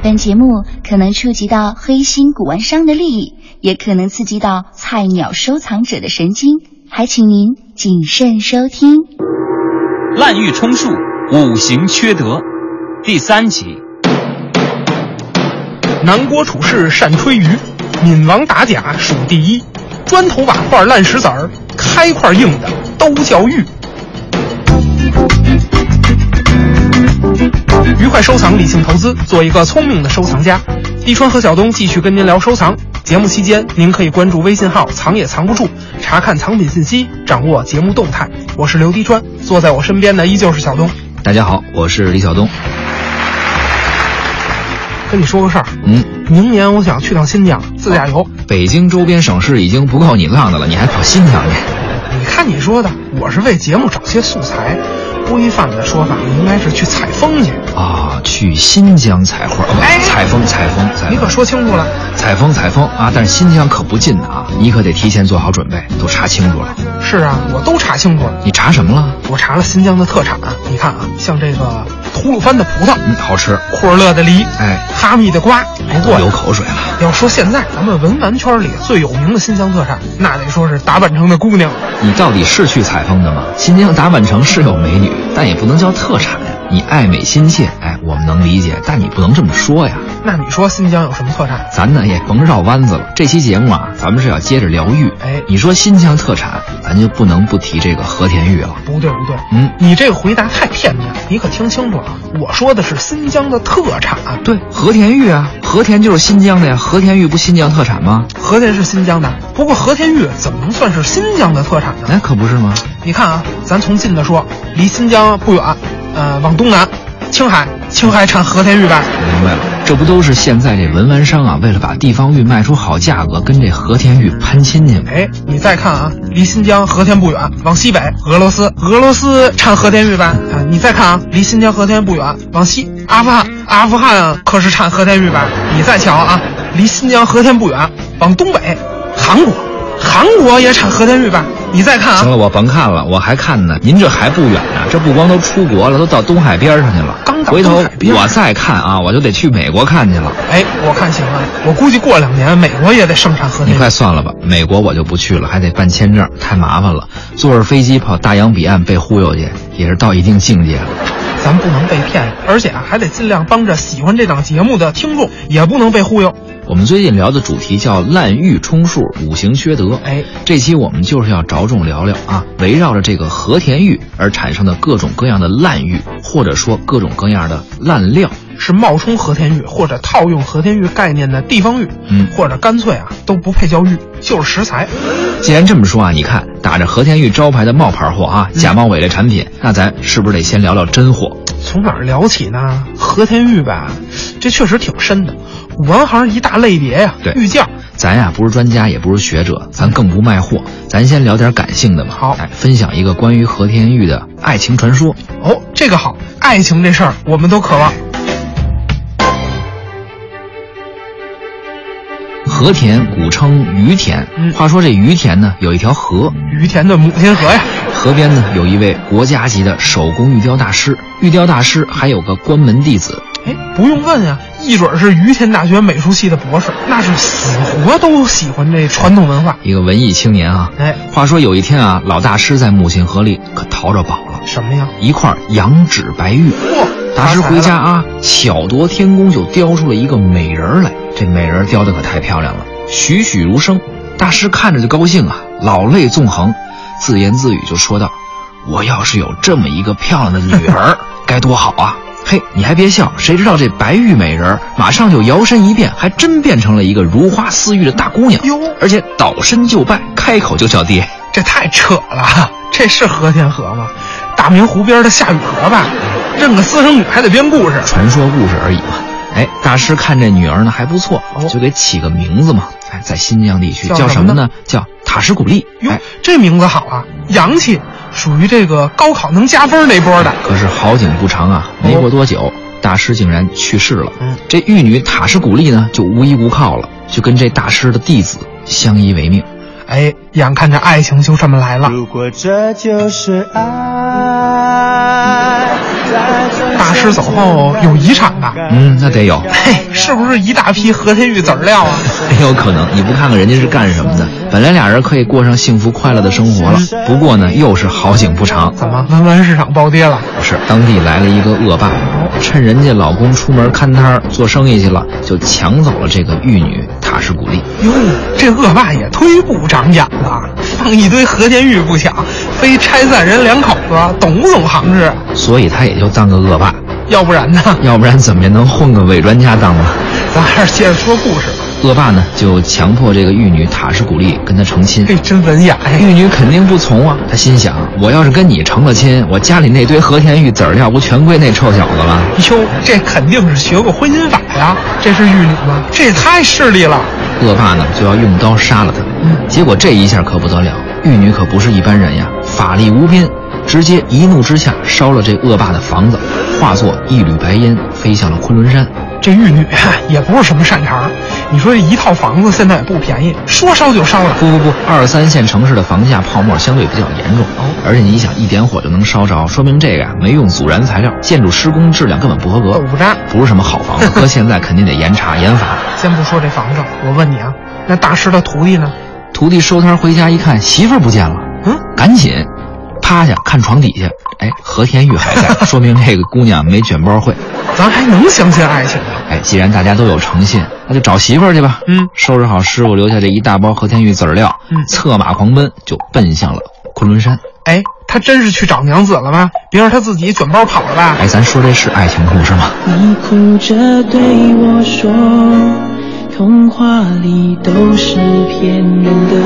本节目可能触及到黑心古玩商的利益，也可能刺激到菜鸟收藏者的神经，还请您谨慎收听。滥竽充数，五行缺德，第三集。南郭处士善吹竽，闽王打假数第一，砖头瓦块烂石子儿，开块硬的都叫玉。愉快收藏，理性投资，做一个聪明的收藏家。一川和小东继续跟您聊收藏。节目期间，您可以关注微信号“藏也藏不住”，查看藏品信息，掌握节目动态。我是刘迪川，坐在我身边的依旧是小东。大家好，我是李晓东。跟你说个事儿，嗯，明年我想去趟新疆自驾游。北京周边省市已经不够你浪的了，你还跑新疆去？你看你说的，我是为节目找些素材。规范的说法应该是去采风去。啊，去新疆采花，啊不哎采风，采风，采风。你可说清楚了，采风，采风啊！但是新疆可不近的啊，你可得提前做好准备，都查清楚了。是啊，我都查清楚了。你查什么了？我查了新疆的特产，你看啊，像这个吐鲁番的葡萄，嗯，好吃，库尔勒的梨，哎哈密的瓜。不都过流口水了。要说现在咱们文玩圈里最有名的新疆特产，那得说是达坂城的姑娘。你到底是去采风的吗？新疆达坂城是有美女，但也不能叫特产呀。你爱美心切，哎，我们能理解，但你不能这么说呀。那你说新疆有什么特产？咱呢也甭绕弯子了，这期节目啊，咱们是要接着疗愈。哎你说新疆特产，咱就不能不提这个和田玉了。不对不对，嗯你这个回答太片面，你可听清楚了，我说的是新疆的特产。啊对，和田玉啊，和田就是新疆的呀，和田玉不新疆特产吗？和田是新疆的，不过和田玉怎么能算是新疆的特产呢？哎，可不是吗？你看啊，咱从近的说，离新疆不远，呃，往东南，青海，青海产和田玉吧。我明白了，这不都是现在这文玩商啊，为了把地方玉卖出好价格，跟这和田玉攀亲戚吗？哎，你再看啊，离新疆和田不远，往西北，俄罗斯，俄罗斯产和田玉吧。啊，你再看啊，离新疆和田不远，往西，阿富汗，阿富汗可是产和田玉吧。你再瞧啊，离新疆和田不远，往东北，韩国，韩国也产和田玉吧。你再看行啊，了，我甭看了，我还看呢。您这还不远呢、这不光都出国了，都到东海边上去了。刚到回头东海边我再看啊，我就得去美国看去了。哎，我看行啊，我估计过两年美国也得盛产和你田玉快。算了吧，美国我就不去了，还得办签证，太麻烦了。坐着飞机跑大洋彼岸被忽悠去，也是到一定境界了。咱不能被骗，而且啊，还得尽量帮着喜欢这档节目的听众，也不能被忽悠。我们最近聊的主题叫滥竽充数、五行缺德。哎，这期我们就是要着重聊聊啊，围绕着这个和田玉而产生的各种各样的滥竽，或者说各种各样的烂料。是冒充和田玉或者套用和田玉概念的地方玉，嗯或者干脆啊都不配叫玉，就是食材。既然这么说啊，你看打着和田玉招牌的冒牌货啊，假冒伪劣产品，那咱是不是得先聊聊真货？从哪儿聊起呢？和田玉吧，这确实挺深的，古玩行一大类别呀、对玉件儿。咱呀不是专家，也不是学者，咱更不卖货，咱先聊点感性的吧。好哎，分享一个关于和田玉的爱情传说。哦，这个好，爱情这事儿我们都渴望。和田古称于田嗯，话说这于田呢有一条河，于田的母亲河呀，河边呢有一位国家级的手工玉雕大师，玉雕大师还有个关门弟子，哎，不用问啊，一准儿是于田大学美术系的博士，那是死活都喜欢这传统文化。一个文艺青年啊。哎，话说有一天啊，老大师在母亲河里可淘着宝了，什么呀？一块羊脂白玉。嚯大师回家啊，巧夺天工就雕出了一个美人儿来。这美人儿雕的可太漂亮了，栩栩如生。大师看着就高兴啊，老泪纵横，自言自语就说道：“我要是有这么一个漂亮的女儿，该多好啊！”嘿，你还别笑，谁知道这白玉美人儿马上就摇身一变，还真变成了一个如花似玉的大姑娘，哟而且倒身就拜，开口就叫爹。这太扯了，这是和田河吗？大明湖边的夏雨荷吧？认个私生女还得编故事。传说故事而已嘛。哎，大师看这女儿呢还不错哦，就给起个名字嘛。哎，在新疆地区叫叫什什么么呢呢？叫塔什古丽。哟哎，，这名字好啊，洋气，属于这个高考能加分那波的。可是好景不长啊，没过多久，大师竟然去世了。哦嗯这玉女塔什古丽呢，就无依无靠了，就跟这大师的弟子相依为命。哎，眼看着爱情就这么来了，如果这就是爱，大师走后有遗产吧？嗯，那得有，嘿，是不是一大批和田玉籽儿料啊？很有哎可能。你不看看人家是干什么的？本来俩人可以过上幸福快乐的生活了，不过呢，又是好景不长。怎么文玩市场暴跌了？不是，当地来了一个恶霸，趁人家老公出门看摊儿做生意去了，就抢走了这个玉女塔什古丽。哟，这恶霸也忒不长眼了，放一堆和田玉不抢，非拆散人两口子，懂不懂行市？所以他也就当个恶霸，要不然呢？要不然怎么也能混个伪专家当了。咱还是接着说故事吧。恶霸呢就强迫这个玉女塔什古丽跟他成亲这。真文雅哎，玉哎，女肯定不从啊，她心想，我要是跟你成了亲，我家里那堆和田玉籽儿料不全归那臭小子了？哟，这肯定是学过婚姻法呀！这是玉女吗？这也太势利了。恶霸呢就要用刀杀了他。结果这一下可不得了，玉女可不是一般人呀，法力无边，直接一怒之下烧了这恶霸的房子，化作一缕白烟飞向了昆仑山。这玉女啊也不是什么善茬，你说这一套房子现在也不便宜，说烧就烧了。不不不，二三线城市的房价泡沫相对比较严重，而且你想一点火就能烧着，说明这个呀没用阻燃材料，建筑施工质量根本不合格豆，腐渣不是什么好房子。搁现在肯定得严查严罚。先不说这房子，我问你啊，那大师的徒弟呢？徒弟收摊回家一看，媳妇儿不见了，嗯，赶紧趴下看床底下，哎，和田玉还在， 说明这个姑娘没卷包会。咱还能相信爱情吗？哎，既然大家都有诚信，那就找媳妇儿去吧。嗯收拾好师傅留下这一大包和田玉籽儿料，嗯策马狂奔就奔向了昆仑山。哎，他真是去找娘子了吗？别让他自己卷包跑了吧？哎，咱说这是爱情故事吗？你哭着对我说，童话里都是骗人的。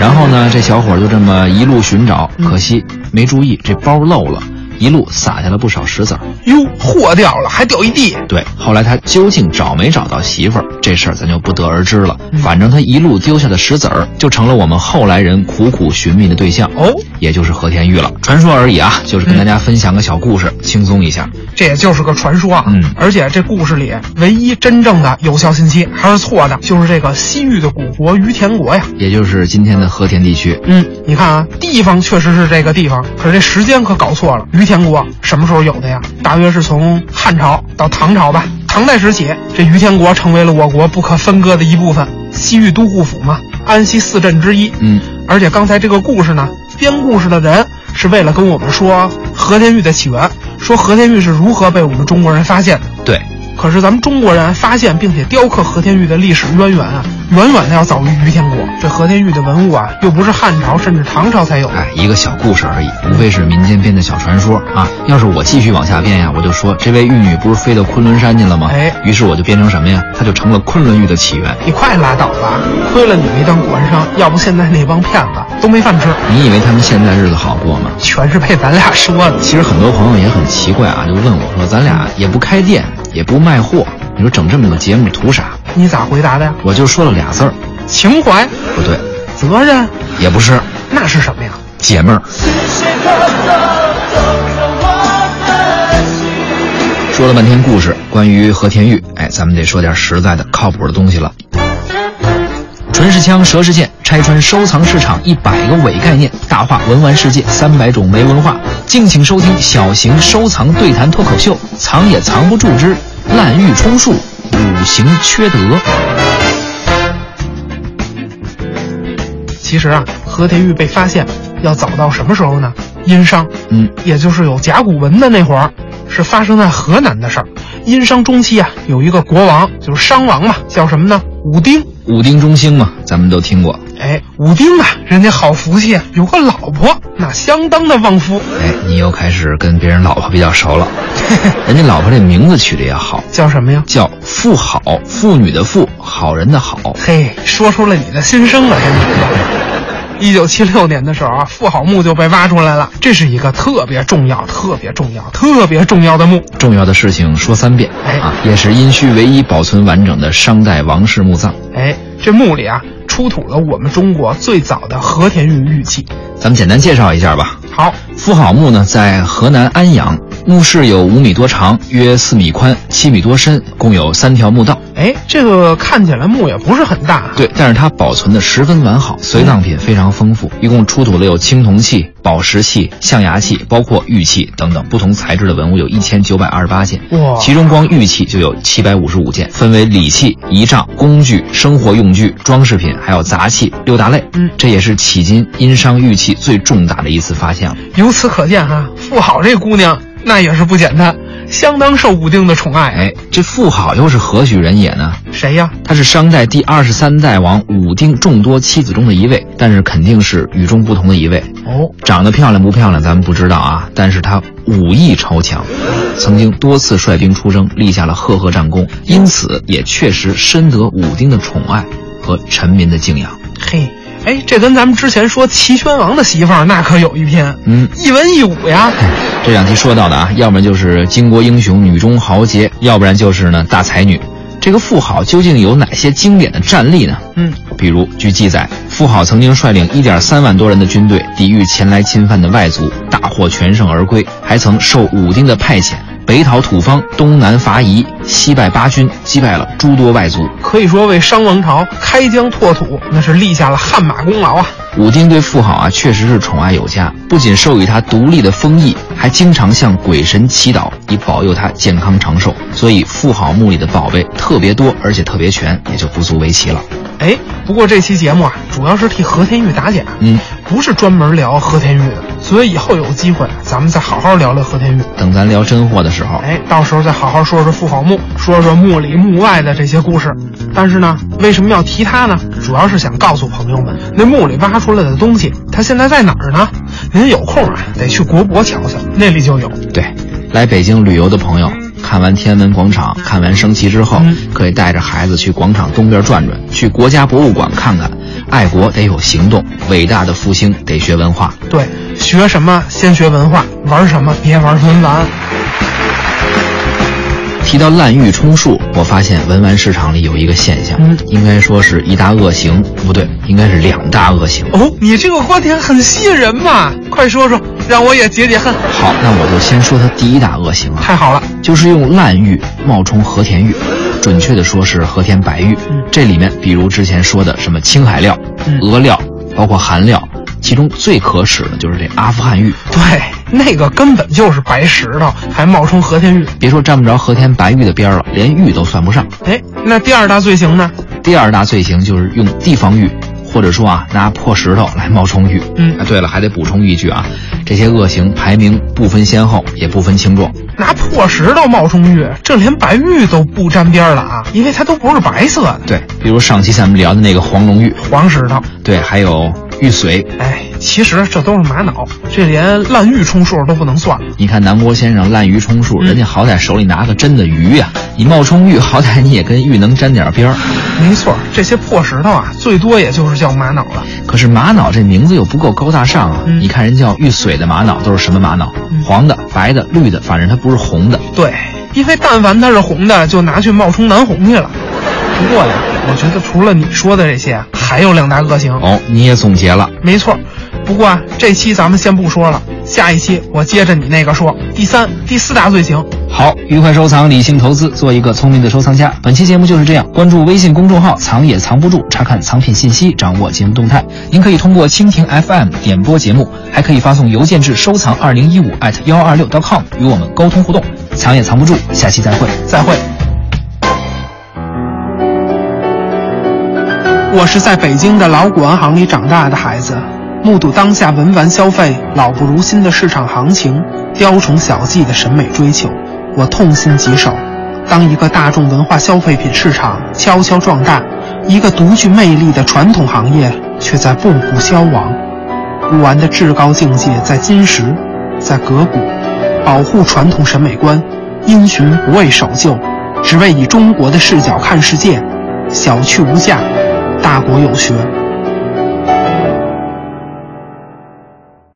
然后呢，这小伙儿就这么一路寻找，可惜没注意这包漏了，一路撒下了不少石子儿。哟，货掉了，还掉一地。对，后来他究竟找没找到媳妇儿这事儿，咱就不得而知了。嗯反正他一路丢下的石子儿，就成了我们后来人苦苦寻觅的对象哦，也就是和田玉了。传说而已啊，就是跟大家分享个小故嗯事，轻松一下。这也就是个传说啊。嗯而且这故事里唯一真正的有效信息还是错的，就是这个西域的古国于田国呀。也就是今天的和田地区，嗯，你看啊，地方确实是这个地方，可是这时间可搞错了。于田国什么时候有的呀？大约是从汉朝到唐朝吧。唐代时起，这于田国成为了我国不可分割的一部分，西域都护府嘛，安西四镇之一。嗯，而且刚才这个故事呢，编故事的人是为了跟我们说和田玉的起源，说和田玉是如何被我们中国人发现的。对，可是咱们中国人发现并且雕刻和田玉的历史渊源啊，远远的要早于于天国。这和田玉的文物啊，又不是汉朝甚至唐朝才有的。哎，一个小故事而已，无非是民间编的小传说啊。要是我继续往下编呀，我就说这位玉女不是飞到昆仑山去了吗？哎于是我就编成什么呀？它就成了昆仑玉的起源。你快拉倒吧，亏了你没当古玩商，要不现在那帮骗子都没饭吃，你以为他们现在日子好过吗？全是被咱俩说的。其实很多朋友也很奇怪啊，就问我说：“咱俩也不开店，也不卖货，你说整这么个节目图啥你咋回答的呀？？”我就说了俩字儿，情怀、不对，责任，也不是那是什么呀？姐妹儿。说了半天故事，关于和田玉，哎，咱们得说点实在的、靠谱的东西了。唇是枪，舌是剑，拆穿收藏市场一百个伪概念，大话文玩世界三百种没文化。敬请收听小型收藏对谈脱口秀，藏也藏不住之滥竽充数，五行缺德。其实啊，和田玉被发现要早到什么时候呢？殷商，嗯，也就是有甲骨文的那会儿，是发生在河南的事儿。殷商中期啊，有一个国王，就是商王嘛，叫什么呢？武丁。武丁中兴嘛，咱们都听过。哎，武丁啊，人家好福气，有个老婆，那相当的旺夫，哎，你又开始跟别人老婆比较熟了。人家老婆这名字取的也好，叫什么呀？叫妇好，妇女的妇，好人的好。嘿，说出了你的心声了，真是。 一九七六年的时候啊，妇好墓就被挖出来了，这是一个特别重要、特别重要、特别重要的墓。重要的事情说三遍哎啊，也是殷墟唯一保存完整的商代王室墓葬。哎，这墓里啊，出土了我们中国最早的和田玉玉器。咱们简单介绍一下吧。好，妇好墓呢，在河南安阳，墓室有五米多长，约四米宽，七米多深，共有三条墓道。哎，这个看起来墓也不是很大啊，对，但是它保存的十分完好，随嗯葬品非常丰富，一共出土了有青铜器、宝石器、象牙器，包括玉器等等不同材质的文物有一千九百二十八件哇，其中光玉器就有七百五十五件，分为礼器、仪仗、工具、生活用具、装饰品，还有杂器六大类。嗯这也是迄今殷商玉器最重大的一次发现了。由此可见哈、富好这姑娘那也是不简单，相当受武丁的宠爱。哎，这妇好又是何许人也呢？谁呀？她是商代第二十三代王武丁众多妻子中的一位，但是肯定是与众不同的一位。哦，长得漂亮不漂亮咱们不知道啊，但是他武艺超强，曾经多次率兵出征，立下了赫赫战功，因此也确实深得武丁的宠爱和臣民的敬仰。嘿，哎，这跟咱们之前说齐宣王的媳妇儿那可有一拼，嗯，一文一武呀。这两期说到的啊，要么就是巾帼英雄、女中豪杰，要不然就是呢大才女。这个妇好究竟有哪些经典的战例呢？嗯，比如，据记载，妇好曾经率领1.3万多人的军队抵御前来侵犯的外族，大获全胜而归，还曾受武丁的派遣，北讨土方，东南伐夷，西败八军，击败了诸多外族。可以说为商王朝开疆拓土那是立下了汗马功劳啊。武丁对妇好啊，确实是宠爱有加，不仅授予她独立的封邑，还经常向鬼神祈祷，以保佑她健康长寿。所以，妇好墓里的宝贝特别多，而且特别全，也就不足为奇了。哎，不过这期节目啊，主要是替和田玉打假，嗯，不是专门聊和田玉的，所以以后有机会咱们再好好聊聊和田玉。等咱聊真货的时候，哎，到时候再好好说说富好墓，说说墓里墓外的这些故事。但是呢，为什么要提它呢？主要是想告诉朋友们，那墓里挖出来的东西，它现在在哪儿呢？您有空啊，得去国博瞧瞧，那里就有。对，来北京旅游的朋友，看完天安门广场，看完升旗之后，嗯可以带着孩子去广场东边转转，去国家博物馆看看。爱国得有行动，伟大的复兴得学文化。对，学什么先学文化，玩什么别玩文玩。提到滥竽充数，我发现文玩市场里有一个现象，嗯应该说是一大恶行，不对，应该是两大恶行。哦，你这个观点很吸引人嘛，快说说，让我也解解恨。好，那我就先说它第一大恶行啊，太好了，就是用滥竽冒充和田玉，准确的说是和田白玉。嗯这里面比如之前说的什么青海料、嗯俄料，包括韩料，其中最可耻的就是这阿富汗玉。对，那个根本就是白石头，还冒充和田玉。别说沾不着和田白玉的边儿了，连玉都算不上。哎，那第二大罪行呢？第二大罪行就是用地方玉，或者说啊拿破石头来冒充玉。嗯啊，对了，还得补充一句啊，这些恶行排名不分先后，也不分轻重。拿破石头冒充玉，这连白玉都不沾边儿了啊，因为它都不是白色的对，比如上期咱们聊的那个黄龙玉，黄石头。对，还有玉髓，哎，其实这都是玛瑙，这连滥竽充数都不能算。你看南郭先生滥竽充数，嗯人家好歹手里拿个真的鱼呀、你冒充玉，好歹你也跟玉能沾点边儿。没错，这些破石头啊，最多也就是叫玛瑙了。可是玛瑙这名字又不够高大上啊！嗯你看人叫玉髓的玛瑙都是什么玛瑙？嗯黄的、白的、绿的，反正它不是红的。对，因为但凡它是红的，就拿去冒充南红去了。不过呀，我觉得除了你说的这些啊，还有两大恶行。哦，你也总结了。没错，不过啊，这期咱们先不说了，下一期我接着你那个说。第三、第四大罪行，好，愉快收藏，理性投资，做一个聪明的收藏家。本期节目就是这样，关注微信公众号“藏也藏不住”，查看藏品信息，掌握节目动态。您可以通过蜻蜓 FM 点播节目，还可以发送邮件至收藏二零一五 at 幺二六 .com 与我们沟通互动。藏也藏不住，下期再会。再会。我是在北京的老古玩行里长大的孩子，目睹当下文玩消费老不如新的市场行情，雕虫小技的审美追求，我痛心疾首。当一个大众文化消费品市场悄悄壮大，一个独具魅力的传统行业却在步步消亡。古玩的至高境界在今时，在革古，保护传统审美观，因循不畏守旧，只为以中国的视角看世界，小趣无价，大国有学。